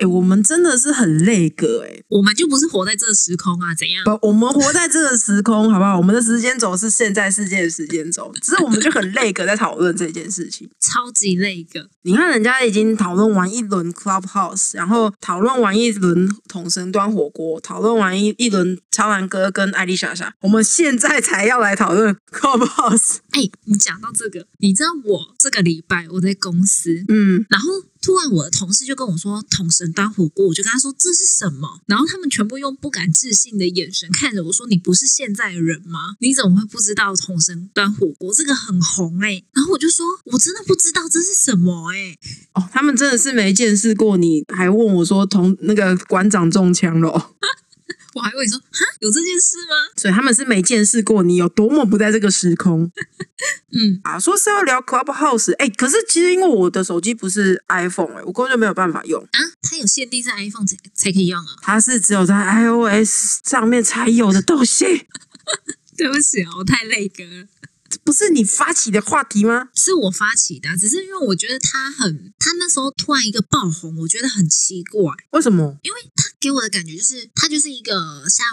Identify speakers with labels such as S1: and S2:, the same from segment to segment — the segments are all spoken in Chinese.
S1: 哎、我们真的是很累个哎、
S2: 我们就不是活在这时空啊，怎样？
S1: 不，我们活在这个时空，好不好？我们的时间轴是现在世界的时间轴，只是我们就很累个在讨论这件事情。
S2: 超级那个，
S1: 你看，人家已经讨论完一轮 Clubhouse，然后讨论完一轮统神端火锅，讨论完一一轮超男哥跟艾丽莎莎，我们现在才要来讨论 Clubhouse。
S2: 哎、你讲到这个，你知道我这个礼拜我在公司，
S1: 嗯，
S2: 然后突然我的同事就跟我说“桶神端火锅”，我就跟他说这是什么，然后他们全部用不敢置信的眼神看着我说：“你不是现在的人吗？你怎么会不知道‘桶神端火锅’这个很红哎、然后我就说：“我真的不知道这是什么哎、
S1: 哦，他们真的是没见识过你，还问我说同那个馆长中枪了哦、
S2: 我还问你说：“哈，有这件事吗
S1: 所以他们是没见识过你有多么不在这个时空。？”
S2: 嗯，
S1: 啊，说是要聊 Clubhouse，哎、可是其实因为我的手机不是 iPhone，哎、我根本就没有办法用，
S2: 啊，它有限定在 iPhone 才才可以用啊。
S1: 它是只有在 iOS 上面才有的东西，
S2: 对不起啊，我太累格了。
S1: 这不是你发起的话题吗？
S2: 是我发起的啊，只是因为我觉得他很，他那时候突然一个爆红，我觉得很奇怪，
S1: 为什么？
S2: 因为他给我的感觉就是，他就是一个像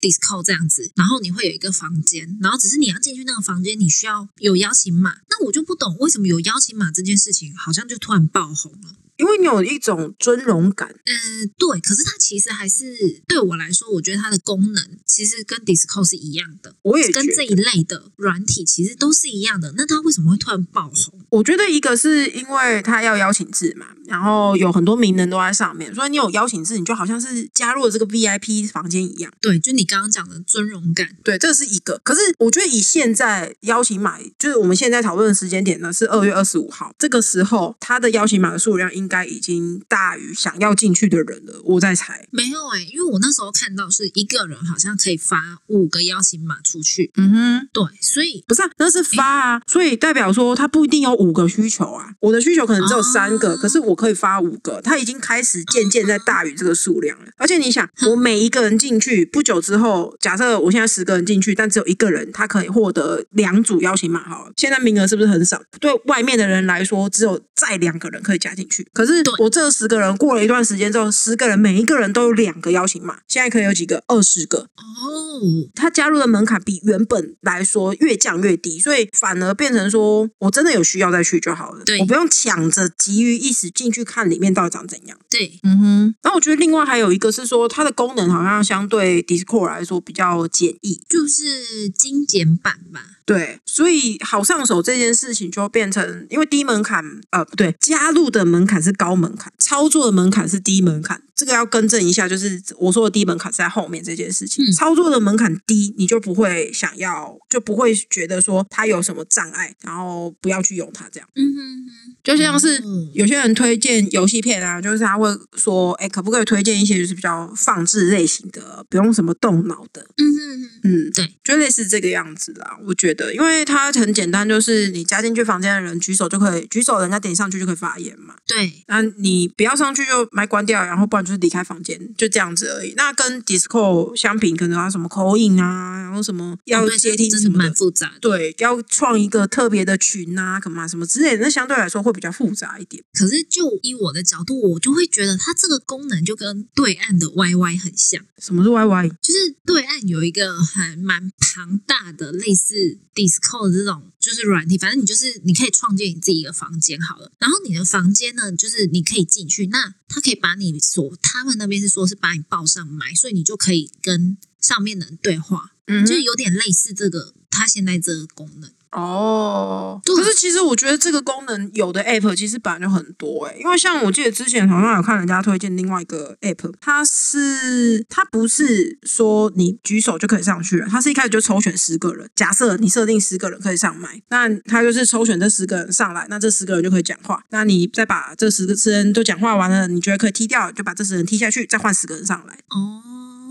S2: disco 这样子，然后你会有一个房间，然后只是你要进去那个房间，你需要有邀请码。那我就不懂为什么有邀请码这件事情，好像就突然爆红了。
S1: 因为你有一种尊荣感，
S2: 嗯，对，可是它其实还是对我来说，我觉得它的功能其实跟 disco 是一样的，
S1: 我也觉
S2: 跟这
S1: 得，
S2: 一类的软体其实都是一样的。那它为什么会突然爆红？
S1: 我觉得一个是因为他要邀请制嘛，然后有很多名人都在上面，所以你有邀请制，你就好像是加入了这个 VIP 房间一样。
S2: 对，就你刚刚讲的尊荣感，
S1: 对，这是一个。可是我觉得以现在邀请码，就是我们现在讨论的时间点呢，是二月二十五号，这个时候他的邀请码的数量应该已经大于想要进去的人了，我在猜。
S2: 没有哎、因为我那时候看到是一个人好像可以发五个邀请码出去，
S1: 嗯哼，
S2: 对，所以
S1: 不是、啊，那是发啊，所以代表说他不一定有五个需求啊。我的需求可能只有三个，
S2: 哦
S1: 可是我可以发五个，他已经开始渐渐在大于这个数量了。而且你想，我每一个人进去不久之后，假设我现在十个人进去，但只有一个人他可以获得两组邀请码，好了，现在名额是不是很少？对外面的人来说，只有再两个人可以加进去。可是
S2: 对
S1: 我这十个人过了一段时间之后，十个人每一个人都有两个邀请码，现在可以有几个？二十个。
S2: 哦，
S1: 它加入的门槛比原本来说越降越低，所以反而变成说我真的有需要再去就好了，
S2: 对
S1: 我不用抢着急于一时进去看里面到底长怎样。
S2: 对，
S1: 嗯哼，然后我觉得另外还有一个是说，它的功能好像相对 Discord 来说比较简易，
S2: 就是精简版吧，
S1: 对，所以好上手这件事情就变成，因为低门槛，呃，不对，加入的门槛是高门槛，操作的门槛是低门槛，这个要更正一下，就是我说的低门槛是在后面这件事情，
S2: 嗯
S1: 操作的门槛低，你就不会想要，就不会觉得说它有什么障碍，然后不要去用它这样。
S2: 嗯哼哼，
S1: 就像是
S2: 嗯
S1: 有些人推荐游戏片啊，就是他会说，哎，可不可以推荐一些就是比较放置类型的，不用什么动脑的，
S2: 嗯哼哼，
S1: 嗯，
S2: 对，
S1: 就类似这个样子啦。我觉得，因为它很简单，就是你加进去房间的人举手就可以，举手人家点上去就可以发言嘛。
S2: 对，
S1: 那你不要上去就麦关掉，然后不然就是离开房间，就这样子而已。那跟 Disco 相比，可能啊什么口音啊，然后什么要
S2: 哦对
S1: 接
S2: 这
S1: 听
S2: 真
S1: 什
S2: 的
S1: 么
S2: 蛮
S1: 的。
S2: 复杂的。
S1: 对，要创一个特别的群啊，干嘛什么之类的，那相对来说会比较复杂一点。
S2: 可是就以我的角度，我就会觉得它这个功能就跟对岸的 YY 很像。
S1: 什么是 YY？
S2: 就是对岸有一个还蛮庞大的类似 Discord 的这种就是软体，反正你就是你可以创建你自己一个房间好了，然后你的房间呢，就是你可以进去，那他可以把你所他们那边是说是把你报上麦，所以你就可以跟上面的人对话，
S1: 嗯
S2: 就是有点类似这个他现在这个功能。
S1: 哦，
S2: 对
S1: 可是其实我觉得这个功能有的 app 其实本来就很多诶、因为像我记得之前好像有看人家推荐另外一个 app，它是它不是说你举手就可以上去了，它是一开始就抽选十个人，假设你设定十个人可以上麦，那它就是抽选这十个人上来，那这十个人就可以讲话，那你再把这十个十人都讲话完了，你觉得可以踢掉，就把这十人踢下去，再换十个人上来。
S2: 哦，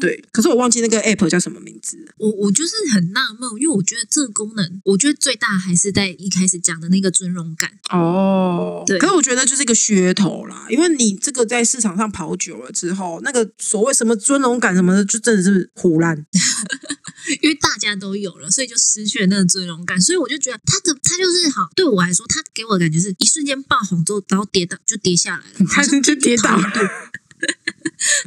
S1: 对，可是我忘记那个 app 叫什么名字了。
S2: 我我就是很纳闷，因为我觉得这个功能，我觉得最大还是在一开始讲的那个尊荣感。
S1: 哦，
S2: 对
S1: 可是我觉得就是一个噱头啦，因为你这个在市场上跑久了之后，那个所谓什么尊荣感什么的，就真的是胡乱。
S2: 因为大家都有了，所以就失去了那个尊荣感。所以我就觉得他的他就是好，对我来说， 他给我的感觉是一瞬间爆红之后，然后跌倒就跌下来了，
S1: 他就跌倒了
S2: 好像低于讨论度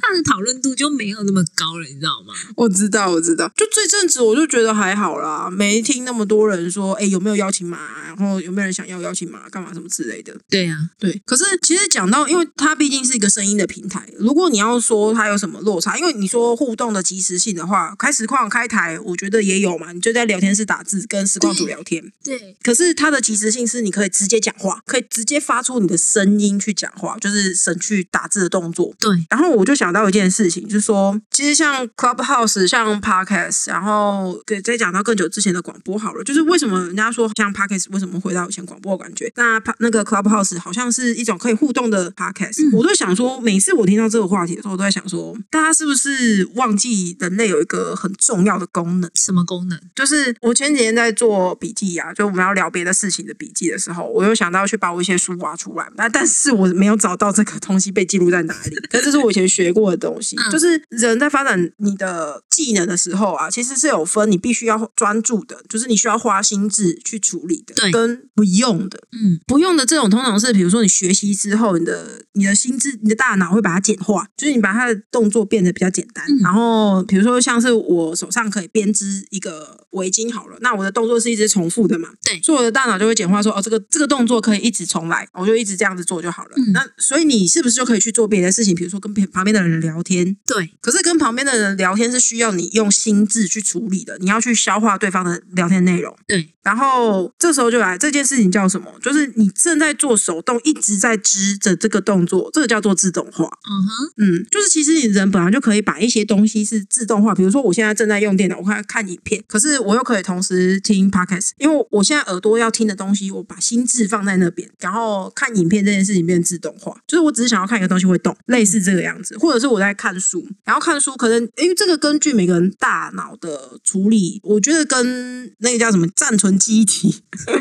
S2: 它的讨论度就没有那么高了，你知道吗？
S1: 我知道，我知道。就这阵子我就觉得还好啦，没听那么多人说，哎、有没有邀请码啊？然后有没有人想要邀请码，干嘛什么之类的。
S2: 对啊，
S1: 对，可是其实讲到，因为它毕竟是一个声音的平台，如果你要说它有什么落差，因为你说互动的及时性的话，开实况开台，我觉得也有嘛，你就在聊天室打字，跟实况组聊天。
S2: 对，
S1: 可是它的及时性是你可以直接讲话，可以直接发出你的声音去讲话，就是省去打字的动作。
S2: 对，
S1: 然后我就想到一件事情，就是说，其实像 Clubhouse、像 Podcast，然后对，再讲到更久之前的广播好了，就是为什么人家说像 Podcast 为什么回到以前广播的感觉？那 pa- 那个 Clubhouse 好像是一种可以互动的 Podcast，、
S2: 嗯
S1: 我都想说，每次我听到这个话题的时候，我都在想说，大家是不是忘记人类有一个很重要的功能？
S2: 什么功能？
S1: 就是我前几天在做笔记啊，就我们要聊别的事情的笔记的时候，我又想到去把我一些书挖出来，那但是我没有找到这个东西被记录在哪里。但这是我以前学过的东西，
S2: 嗯
S1: 就是人在发展你的技能的时候啊，其实是有分你必须要专注的，就是你需要花心智去处理的，
S2: 对
S1: 跟不用的。
S2: 嗯，
S1: 不用的这种通常是，比如说你学习之后，你的你的心智、你的大脑会把它简化，就是你把它的动作变得比较简单。
S2: 嗯
S1: 然后比如说像是我手上可以编织一个围巾好了，那我的动作是一直重复的嘛，
S2: 对
S1: 所以我的大脑就会简化说，哦，这个这个动作可以一直重来，我就一直这样子做就好了。
S2: 嗯
S1: 那所以你是不是就可以去做别的事情，比如说跟旁边的人聊天，
S2: 对，
S1: 可是跟旁边的人聊天是需要你用心智去处理的，你要去消化对方的聊天内容。
S2: 对，
S1: 然后这时候就来这件事情叫什么？就是你正在做手动，一直在织着这个动作，这个叫做自动化。
S2: 嗯哼，
S1: 嗯，就是其实你人本来就可以把一些东西是自动化，比如说我现在正在用电脑，我看看影片，可是我又可以同时听 podcast，因为我现在耳朵要听的东西，我把心智放在那边，然后看影片这件事情变自动化，就是我只是想要看一个东西会动，类似这个样子，或者是我在看书，然后看书可能因为这个根据每个人大脑的处理，我觉得跟那个叫什么暂存记忆体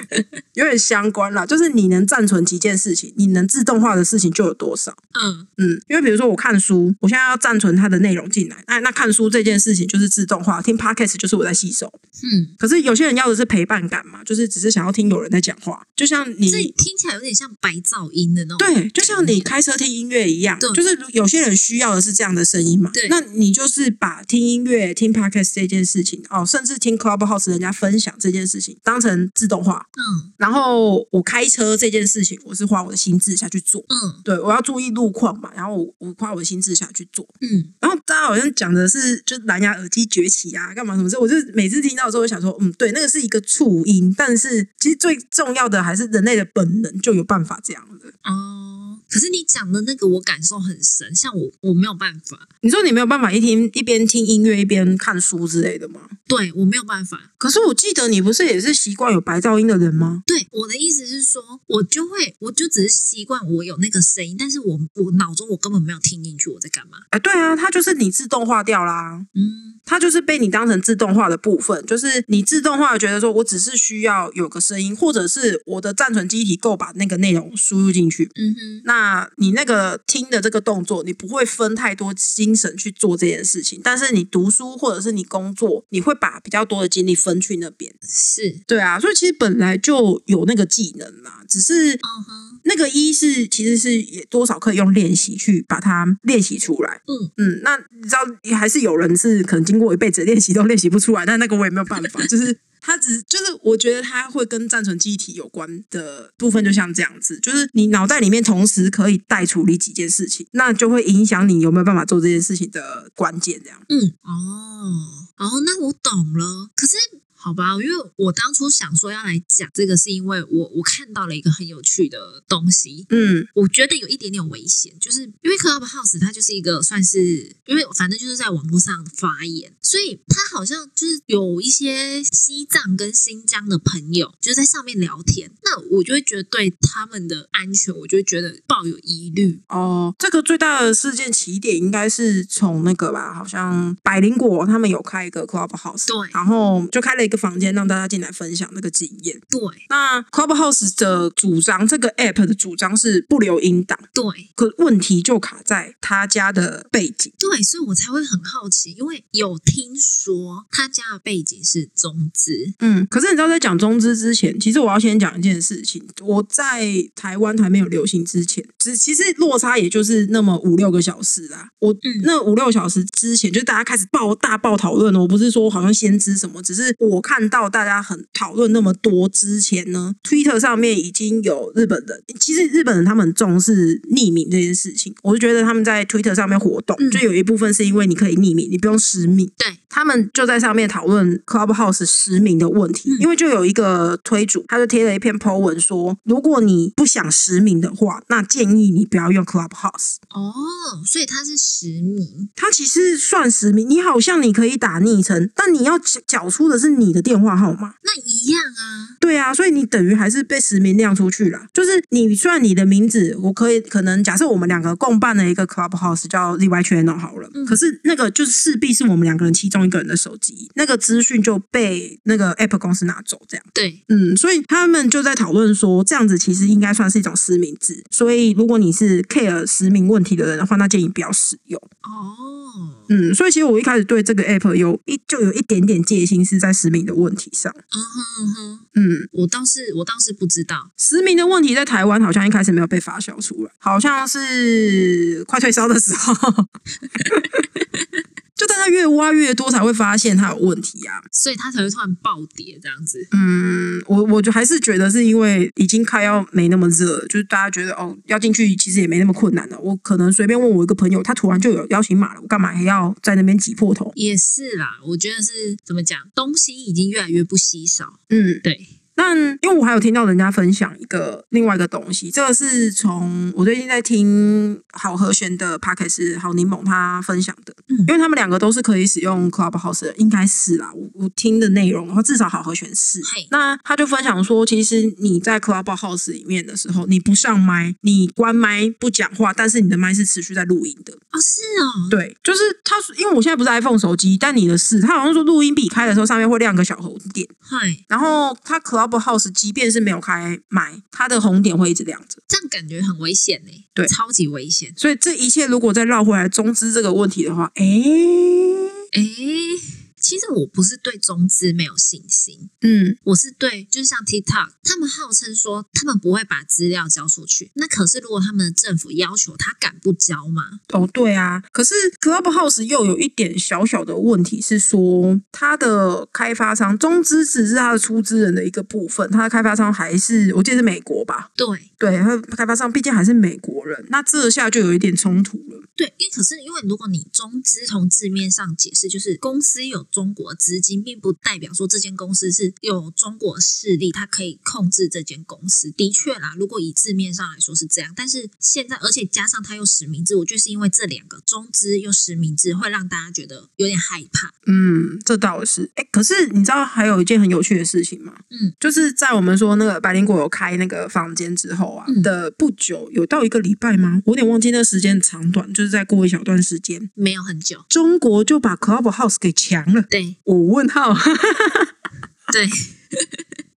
S1: 有点相关啦，就是你能暂存几件事情，你能自动化的事情就有多少。
S2: 嗯，
S1: 嗯，因为比如说我看书，我现在要暂存它的内容进来，那那看书这件事情就是自动化，听 podcast 就是我在吸收。
S2: 嗯，
S1: 可是有些人要的是陪伴感嘛，就是只是想要听有人在讲话，就像
S2: 这
S1: 你。
S2: 听起来有点像白噪音的那种。
S1: 对，就像你开车听音乐一样
S2: 对，
S1: 就是有些人需要的是这样的声音嘛。
S2: 对
S1: 那你就是把听音乐、听 podcast 这件事情，哦，甚至听 Clubhouse 人家分享这件事情，当成自动化。
S2: 嗯
S1: 然后我开车这件事情，我是花我的心智下去做。
S2: 嗯
S1: 对，我要注意路况嘛，然后我我花我的心智下去做。
S2: 嗯，
S1: 然后大家好像讲的是就是蓝牙耳机崛起啊，干嘛什么事？我就每次听到的时候，我想说，嗯，对，那个是一个促音，但是其实最重要的还是人类的本能就有办法这样的。
S2: 哦，可是你讲的那个我感受很深，像我我没有办法，
S1: 你说你没有办法一听一边听音乐一边看书之类的吗？
S2: 对我没有办法，
S1: 可是我记得你不是也是习惯有白噪音的人吗？
S2: 对，我的意思是说，我就会，我就只是习惯我有那个声音，但是我我脑中我根本没有听进去我在干嘛。
S1: 啊，对啊，它就是你自动化掉啦。
S2: 嗯，
S1: 它就是被你当成自动化的部分，就是你自动化地觉得说，我只是需要有个声音，或者是我的暂存记忆体够把那个内容输入进去。
S2: 嗯哼，
S1: 那你那个听的这个动作，你不会分太多精神去做这件事情，但是你读书或者是你工作，你会把比较多的精力分去那边。
S2: 是，
S1: 对啊，所以其实本来就有那个技能啦，只是
S2: 嗯哼，
S1: 那个一是其实是也多少可以用练习去把它练习出来。
S2: 嗯
S1: 嗯，那你知道还是有人是可能经过一辈子的练习都练习不出来，但那个我也没有办法， 就是。它只就是，我觉得它会跟暂存记忆体有关的部分，就像这样子，就是你脑袋里面同时可以代处理几件事情，那就会影响你有没有办法做这件事情的关键。这样，
S2: 嗯，哦，哦，那我懂了。可是。好吧，因为我当初想说要来讲这个，是因为我我看到了一个很有趣的东西，
S1: 嗯
S2: 我觉得有一点点危险，就是因为 Clubhouse 它就是一个算是，因为反正就是在网络上发言，所以它好像就是有一些西藏跟新疆的朋友就是在上面聊天，那我就会觉得对他们的安全，我就会觉得抱有疑虑。
S1: 哦，这个最大的事件起点应该是从那个吧，好像百灵果他们有开一个 Clubhouse，
S2: 对
S1: 然后就开了一个个房间让大家进来分享那个经验。
S2: 对
S1: 那 Clubhouse 的主张，这个 app 的主张是不留音档，
S2: 对
S1: 可问题就卡在他家的背景。
S2: 对，所以我才会很好奇，因为有听说他家的背景是中资，
S1: 嗯，可是你知道，在讲中资之前，其实我要先讲一件事情。我在台湾还没有流行之前，只其实落差也就是那么五六个小时啦。我、
S2: 嗯
S1: 那五六小时之前，就是大家开始爆大爆讨论，哦我不是说我好像先知什么，只是我看到大家很讨论那么多之前呢，Twitter 上面已经有日本人，其实日本人他们很重视匿名这件事情，我就觉得他们在 Twitter 上面活动，
S2: 嗯
S1: 就有一部分是因为你可以匿名，你不用实名。
S2: 对
S1: 他们就在上面讨论 Clubhouse 实名的问题，
S2: 嗯
S1: 因为就有一个推主，他就贴了一篇 po 文说，如果你不想实名的话，那建议你不要用 Clubhouse。
S2: 哦，所以他是实名，
S1: 它其实算实名，你好像你可以打昵称，但你要缴缴出的是你的电话号码。
S2: 那一样啊，
S1: 对啊，所以你等于还是被实名亮出去了。就是你虽然你的名字，我可以可能假设我们两个共办了一个 Clubhouse 叫 ZY Channel 好了，
S2: 嗯
S1: 可是那个就是势必是我们两个人其中一个人的手机，那个资讯就被那个 App 公司拿走，这样。
S2: 对
S1: 嗯，所以他们就在讨论说，这样子其实应该算是一种实名制。所以如果你是 care 实名问题的人的话，那建议不要使用。
S2: 哦，
S1: 嗯，所以其实我一开始对这个 App 有一就有一点点戒心，是在实名的问题上。
S2: 嗯哼嗯哼，
S1: 嗯，
S2: 我倒是我倒是不知道，
S1: 实名的问题在台湾好像一开始没有被发酵出来，好像是快退烧的时候， 就大家越挖越多才会发现它有问题啊。
S2: 所以他才会突然暴跌这样子。
S1: 嗯，我我就还是觉得是因为已经开要没那么热，就是大家觉得哦要进去其实也没那么困难了。我可能随便问我一个朋友，他突然就有邀请码了，我干嘛还要在那边挤破头？
S2: 也是啦，我觉得是怎么讲，东西已经越来越不稀少。
S1: 嗯，
S2: 对，
S1: 但因为我还有听到人家分享一个另外一个东西，这个是从我最近在听好和弦的 p a c k 是好柠檬他分享的，
S2: 嗯
S1: 因为他们两个都是可以使用 Clubhouse 的，应该是啦。我我听的内容的话，至少好和弦是
S2: 嘿。
S1: 那他就分享说，其实你在 Clubhouse 里面的时候，你不上麦，你关麦不讲话，但是你的麦是持续在录音的。
S2: 哦，是哦，
S1: 对，就是他，因为我现在不是 iPhone 手机，但你的是，他好像说录音笔开的时候上面会亮个小红点。
S2: 嗨，
S1: 然后它 Clubhouse 即便是没有开麦，它的红点会一直亮着。
S2: 这样感觉很危险呢、
S1: 对
S2: 超级危险。
S1: 所以这一切如果再绕回来中资这个问题的话，诶，
S2: 诶，其实我不是对中资没有信心，
S1: 嗯
S2: 我是对，就像 TikTok，他们号称说他们不会把资料交出去，那可是如果他们的政府要求，他敢不交吗？
S1: 哦，对啊。可是 Clubhouse 又有一点小小的问题是说，它的开发商中资只是它的出资人的一个部分，它的开发商还是我记得是美国吧？
S2: 对
S1: 对，它的开发商毕竟还是美国人，那这下就有一点冲突了。
S2: 对，因为可是因为如果你中资从字面上解释，就是公司有中国资金，并不代表说这间公司是有中国势力，它可以控制这间公司。的确啦，如果以字面上来说是这样，但是现在而且加上它又实名制，我觉得是因为这两个中资又实名制，会让大家觉得有点害怕。
S1: 嗯，这倒是。哎，可是你知道还有一件很有趣的事情吗？
S2: 嗯，
S1: 就是在我们说那个百灵果有开那个房间之后啊、
S2: 嗯
S1: 的不久，有到一个礼拜吗？我有点忘记那时间的长短，就是再过一小段时间，
S2: 没有很久，
S1: 中国就把 Clubhouse 给强了。
S2: 对
S1: 我问号，
S2: 对。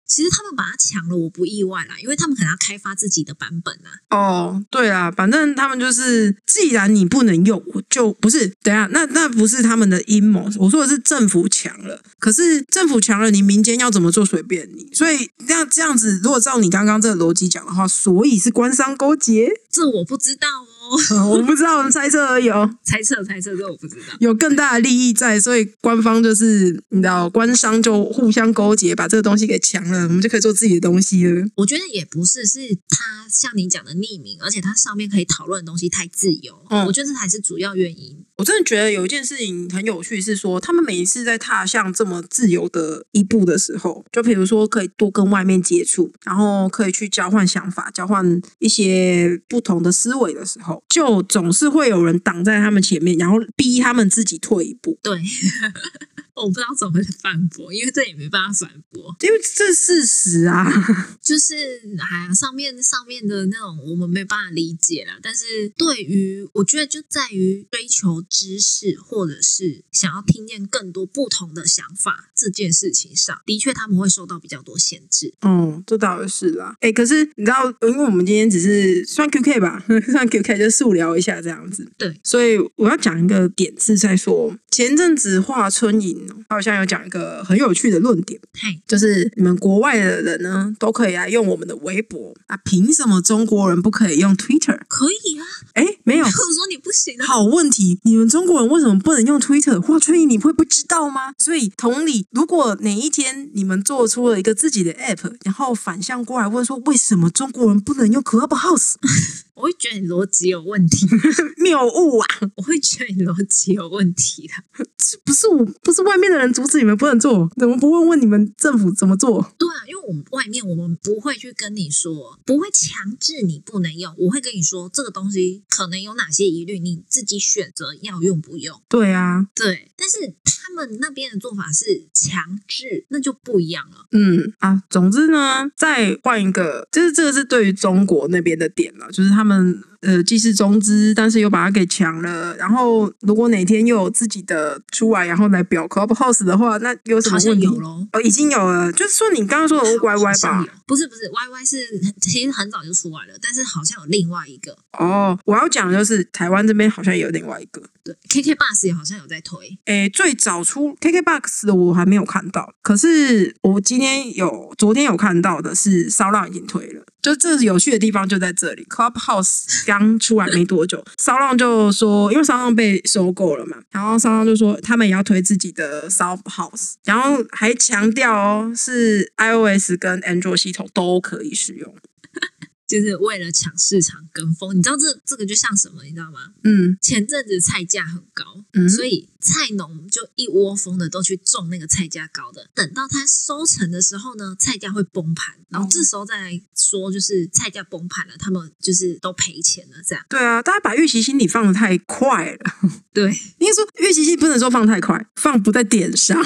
S2: 其实他们把它抢了，我不意外啦，因为他们可能要开发自己的版本啊。
S1: 哦，对啦，反正他们就是，既然你不能用，我就不是。等一下，那那不是他们的阴谋，我说的是政府强了。可是政府强了，你民间要怎么做随便你。所以这样这样子，如果照你刚刚这个逻辑讲的话，所以是官商勾结。
S2: 这我不知道哦，
S1: 呃我不知道，我们猜测而已哦。
S2: 猜测猜测，这我不知道。
S1: 有更大的利益在，所以官方就是你知道，官商就互相勾结，把这个东西给抢了，我们就可以做自己的东西了。
S2: 我觉得也不是，是它像你讲的匿名，而且它上面可以讨论的东西太自由，
S1: 嗯
S2: 我觉得这才是主要原因。
S1: 我真的觉得有一件事情很有趣，是说他们每一次在踏向这么自由的一步的时候，就比如说可以多跟外面接触，然后可以去交换想法、交换一些不同的思维的时候，就总是会有人挡在他们前面，然后逼他们自己退一步。
S2: 对，我不知道怎么反驳，因为这也没办法反驳。
S1: 因为这是事实啊。
S2: 就是哎呀，上面上面的那种我们没办法理解啦。但是对于我觉得就在于追求知识，或者是想要听见更多不同的想法这件事情上，的确他们会受到比较多限制。
S1: 哦，这倒是啦。哎，可是你知道，因为我们今天只是算 QK 吧， 算 QK 就速聊一下这样子。
S2: 对，
S1: 所以我要讲一个点是在说，前阵子华春莹哦好像有讲一个很有趣的论点，
S2: 嘿，
S1: 就是你们国外的人呢都可以来用我们的微博啊，凭什么中国人不可以用 Twitter？
S2: 可以啊，
S1: 哎，没有
S2: 我。说你不行啊，
S1: 好问题，你们中国人为什么不能用 Twitter？华春莹，你会不知道吗？所以同理，如果哪一天你们做出了一个自己的 app，然后反向过来问说为什么中国人不能用 Clubhouse，
S2: 我会觉得你逻辑有问题，
S1: 谬误啊！
S2: 我会觉得你逻辑有问题的。
S1: 不是我，不是外面的人阻止你们不能做，怎么不问问你们政府怎么做？
S2: 对啊，因为我们外面我们不会去跟你说，不会强制你不能用，我会跟你说这个东西可能有哪些疑虑，你自己选择要用不用。
S1: 对啊，
S2: 对，但是他们那边的做法是强制，那就不一样了。
S1: 嗯啊，总之呢，再换一个，就是这个是对于中国那边的点了，就是他们呃既是中资，但是又把它给抢了。然后如果哪天又有自己的出来，然后来表 Clubhouse 的话，那有什么
S2: 好
S1: 问
S2: 像
S1: 题？
S2: 有咯。
S1: 哦，已经有了，就是说你刚刚说的 YY
S2: 好像
S1: 吧？
S2: 有？不是不是，Y Y 是其实很早就出来了，但是好像有另外一个，
S1: 哦，我要讲的就是台湾这边好像也有另外一个，
S2: 对，KK Bus 也好像有在推，
S1: 诶，最早出 KKBOX 的我还没有看到，可是我今天有，昨天有看到的是骚浪已经退了，就这有趣的地方就在这里。Clubhouse 刚出来没多久，骚浪就说，因为骚浪被收购了嘛，然后骚浪就说他们也要推自己的 Clubhouse，然后还强调哦，是 iOS 跟 Android 系统都可以使用。
S2: 就是为了抢市场跟风。你知道这这个就像什么，你知道吗？
S1: 嗯
S2: 前阵子菜价很高，
S1: 嗯，
S2: 所以菜农就一窝蜂的都去种那个菜价高的，等到它收成的时候呢，菜价会崩盘，然后这时候再来说就是菜价崩盘了，他们就是都赔钱了这样。
S1: 对啊，大家把预期心理放的太快了，
S2: 对
S1: 应该说预期心不能说放太快，放不在点上。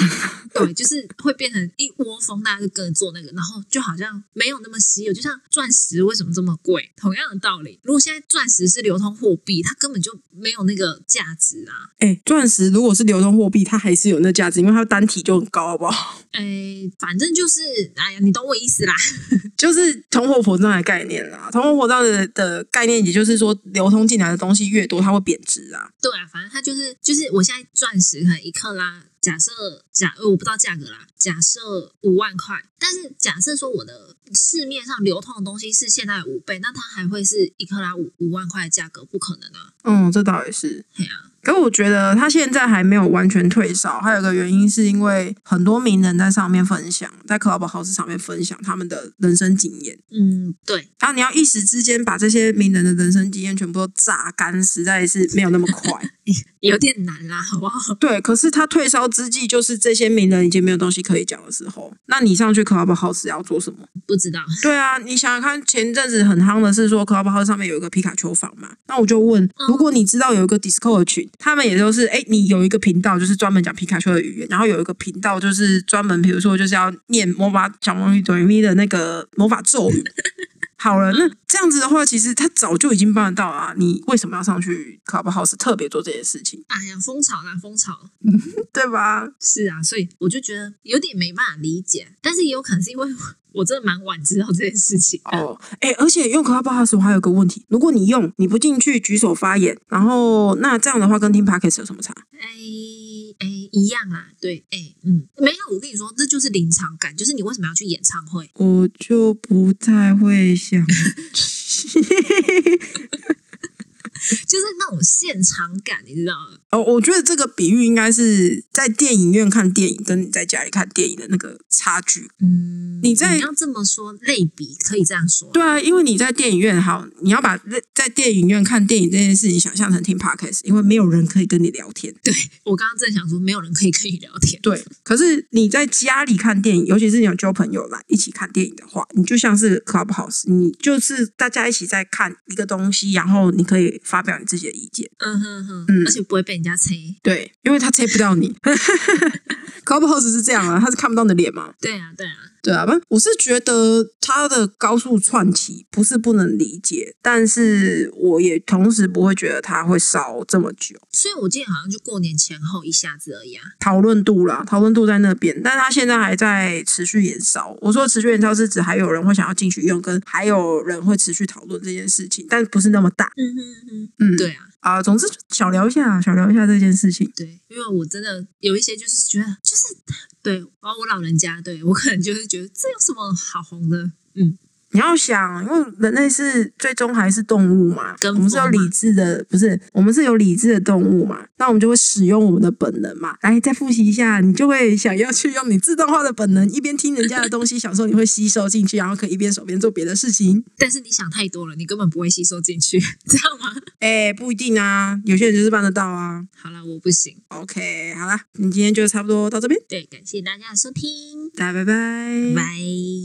S2: 对，就是会变成一窝蜂，大家就跟着做那个，然后就好像没有那么稀有，就像钻石为什么这么贵，同样的道理，如果现在钻石是流通货币，它根本就没有那个价值啊。
S1: 哎，钻石如果是流通货币，它还是有那价值，因为它单体就很高，好不好？
S2: 哎，反正就是，哎呀，你懂我意思啦。
S1: 就是通货膨胀的概念啦。通货膨胀的的概念，也就是说，流通进来的东西越多，它会贬值啊。
S2: 对啊，反正它就是就是，我现在钻石可能一克拉，假设假呃我不知道价格啦，假设五万块，但是假设说我的市面上流通的东西是现在的五倍，那它还会是一克拉五五万块的价格？不可能啊！
S1: 嗯，这倒也是。
S2: 嘿啊，
S1: 可我觉得它现在还没有完全退烧，还有一个原因是因为很多名人在上面分享，在 Clubhouse 上面分享他们的人生经验。
S2: 嗯，对，
S1: 然后你要一时之间把这些名人的人生经验全部都榨干，实在是没有那么快。
S2: 有点难啦，好不 好？
S1: 对，可是他退烧之际，就是这些名人已经没有东西可以讲的时候，那你上去 Clubhouse 要做什么？
S2: 不知道，
S1: 对啊，你想想看，前阵子很夯的是说 Clubhouse 上面有一个皮卡丘房嘛，那我就问，如果你知道有一个 Discord 群，他们也都是，哎，你有一个频道就是专门讲皮卡丘的语言，然后有一个频道就是专门，比如说就是要念魔法小魔女哆瑞咪的那个魔法咒语。好了，那这样子的话，其实他早就已经办得到啊，你为什么要上去 Clubhouse 特别做这件事情，
S2: 哎呀，风潮啦，风潮。
S1: 对吧？
S2: 是啊，所以我就觉得有点没办法理解，但是也有可能是因为我我真的蛮晚知道这件事情的。
S1: 哦，哎、而且用 Clubhouse 我还有个问题，如果你用你不进去举手发言，然后那这样的话跟听 Podcast 有什么差？
S2: 哎哎，一样啦，对，哎，嗯，没有，我跟你说，这就是临场感，就是你为什么要去演唱会？
S1: 我就不太会想
S2: 就是那种现场感，你知道吗？
S1: 哦，我觉得这个比喻应该是在电影院看电影跟你在家里看电影的那个差距。
S2: 嗯，
S1: 你在
S2: 你要这么说，类比可以这样说，
S1: 对啊，因为你在电影院好，你要把在在电影院看电影这件事情想象成听 Podcast，因为没有人可以跟你聊天。
S2: 我刚刚正想说，没有人可以跟你聊天，
S1: 对，可是你在家里看电影，尤其是你有交朋友来一起看电影的话，你就像是 Clubhouse，你就是大家一起在看一个东西，然后你可以发表你自己的意见。
S2: 嗯哼哼，
S1: 嗯
S2: 而且不会被人家催。
S1: 对，因为他猜不到你。Clubhouse 是这样啊，他是看不到你的脸嘛。
S2: 对啊，对啊，
S1: 对啊，不，我是觉得他的高速窜起不是不能理解，但是我也同时不会觉得他会烧这么久。
S2: 所以我记得好像就过年前后一下子而已啊。
S1: 讨论度啦，讨论度在那边，但他现在还在持续延烧。我说的持续延烧是指还有人会想要进去用，跟还有人会持续讨论这件事情，但不是那么大。
S2: 嗯哼哼，
S1: 嗯，
S2: 对啊，
S1: 啊、总之小聊一下，小聊一下这件事情。
S2: 对，因为我真的有一些就是觉得，就是对，包括我老人家，对我可能就是觉得这有什么好红的？嗯，
S1: 你要想，因为人类是最终还是动物嘛，
S2: 跟
S1: 我们是有
S2: 风嘛
S1: 理智的，不是我们是有理智的动物嘛，那我们就会使用我们的本能嘛。来，再复习一下，你就会想要去用你自动化的本能，一边听人家的东西， 享受你会吸收进去，然后可以一边手边做别的事情。
S2: 但是你想太多了，你根本不会吸收进去， 知道吗？
S1: 哎、不一定啊，有些人就是办得到啊。
S2: 好啦，我不行。
S1: OK，好啦，你今天就差不多到这边，
S2: 对，感谢大家的收听，
S1: 嗯大家拜拜，
S2: 拜。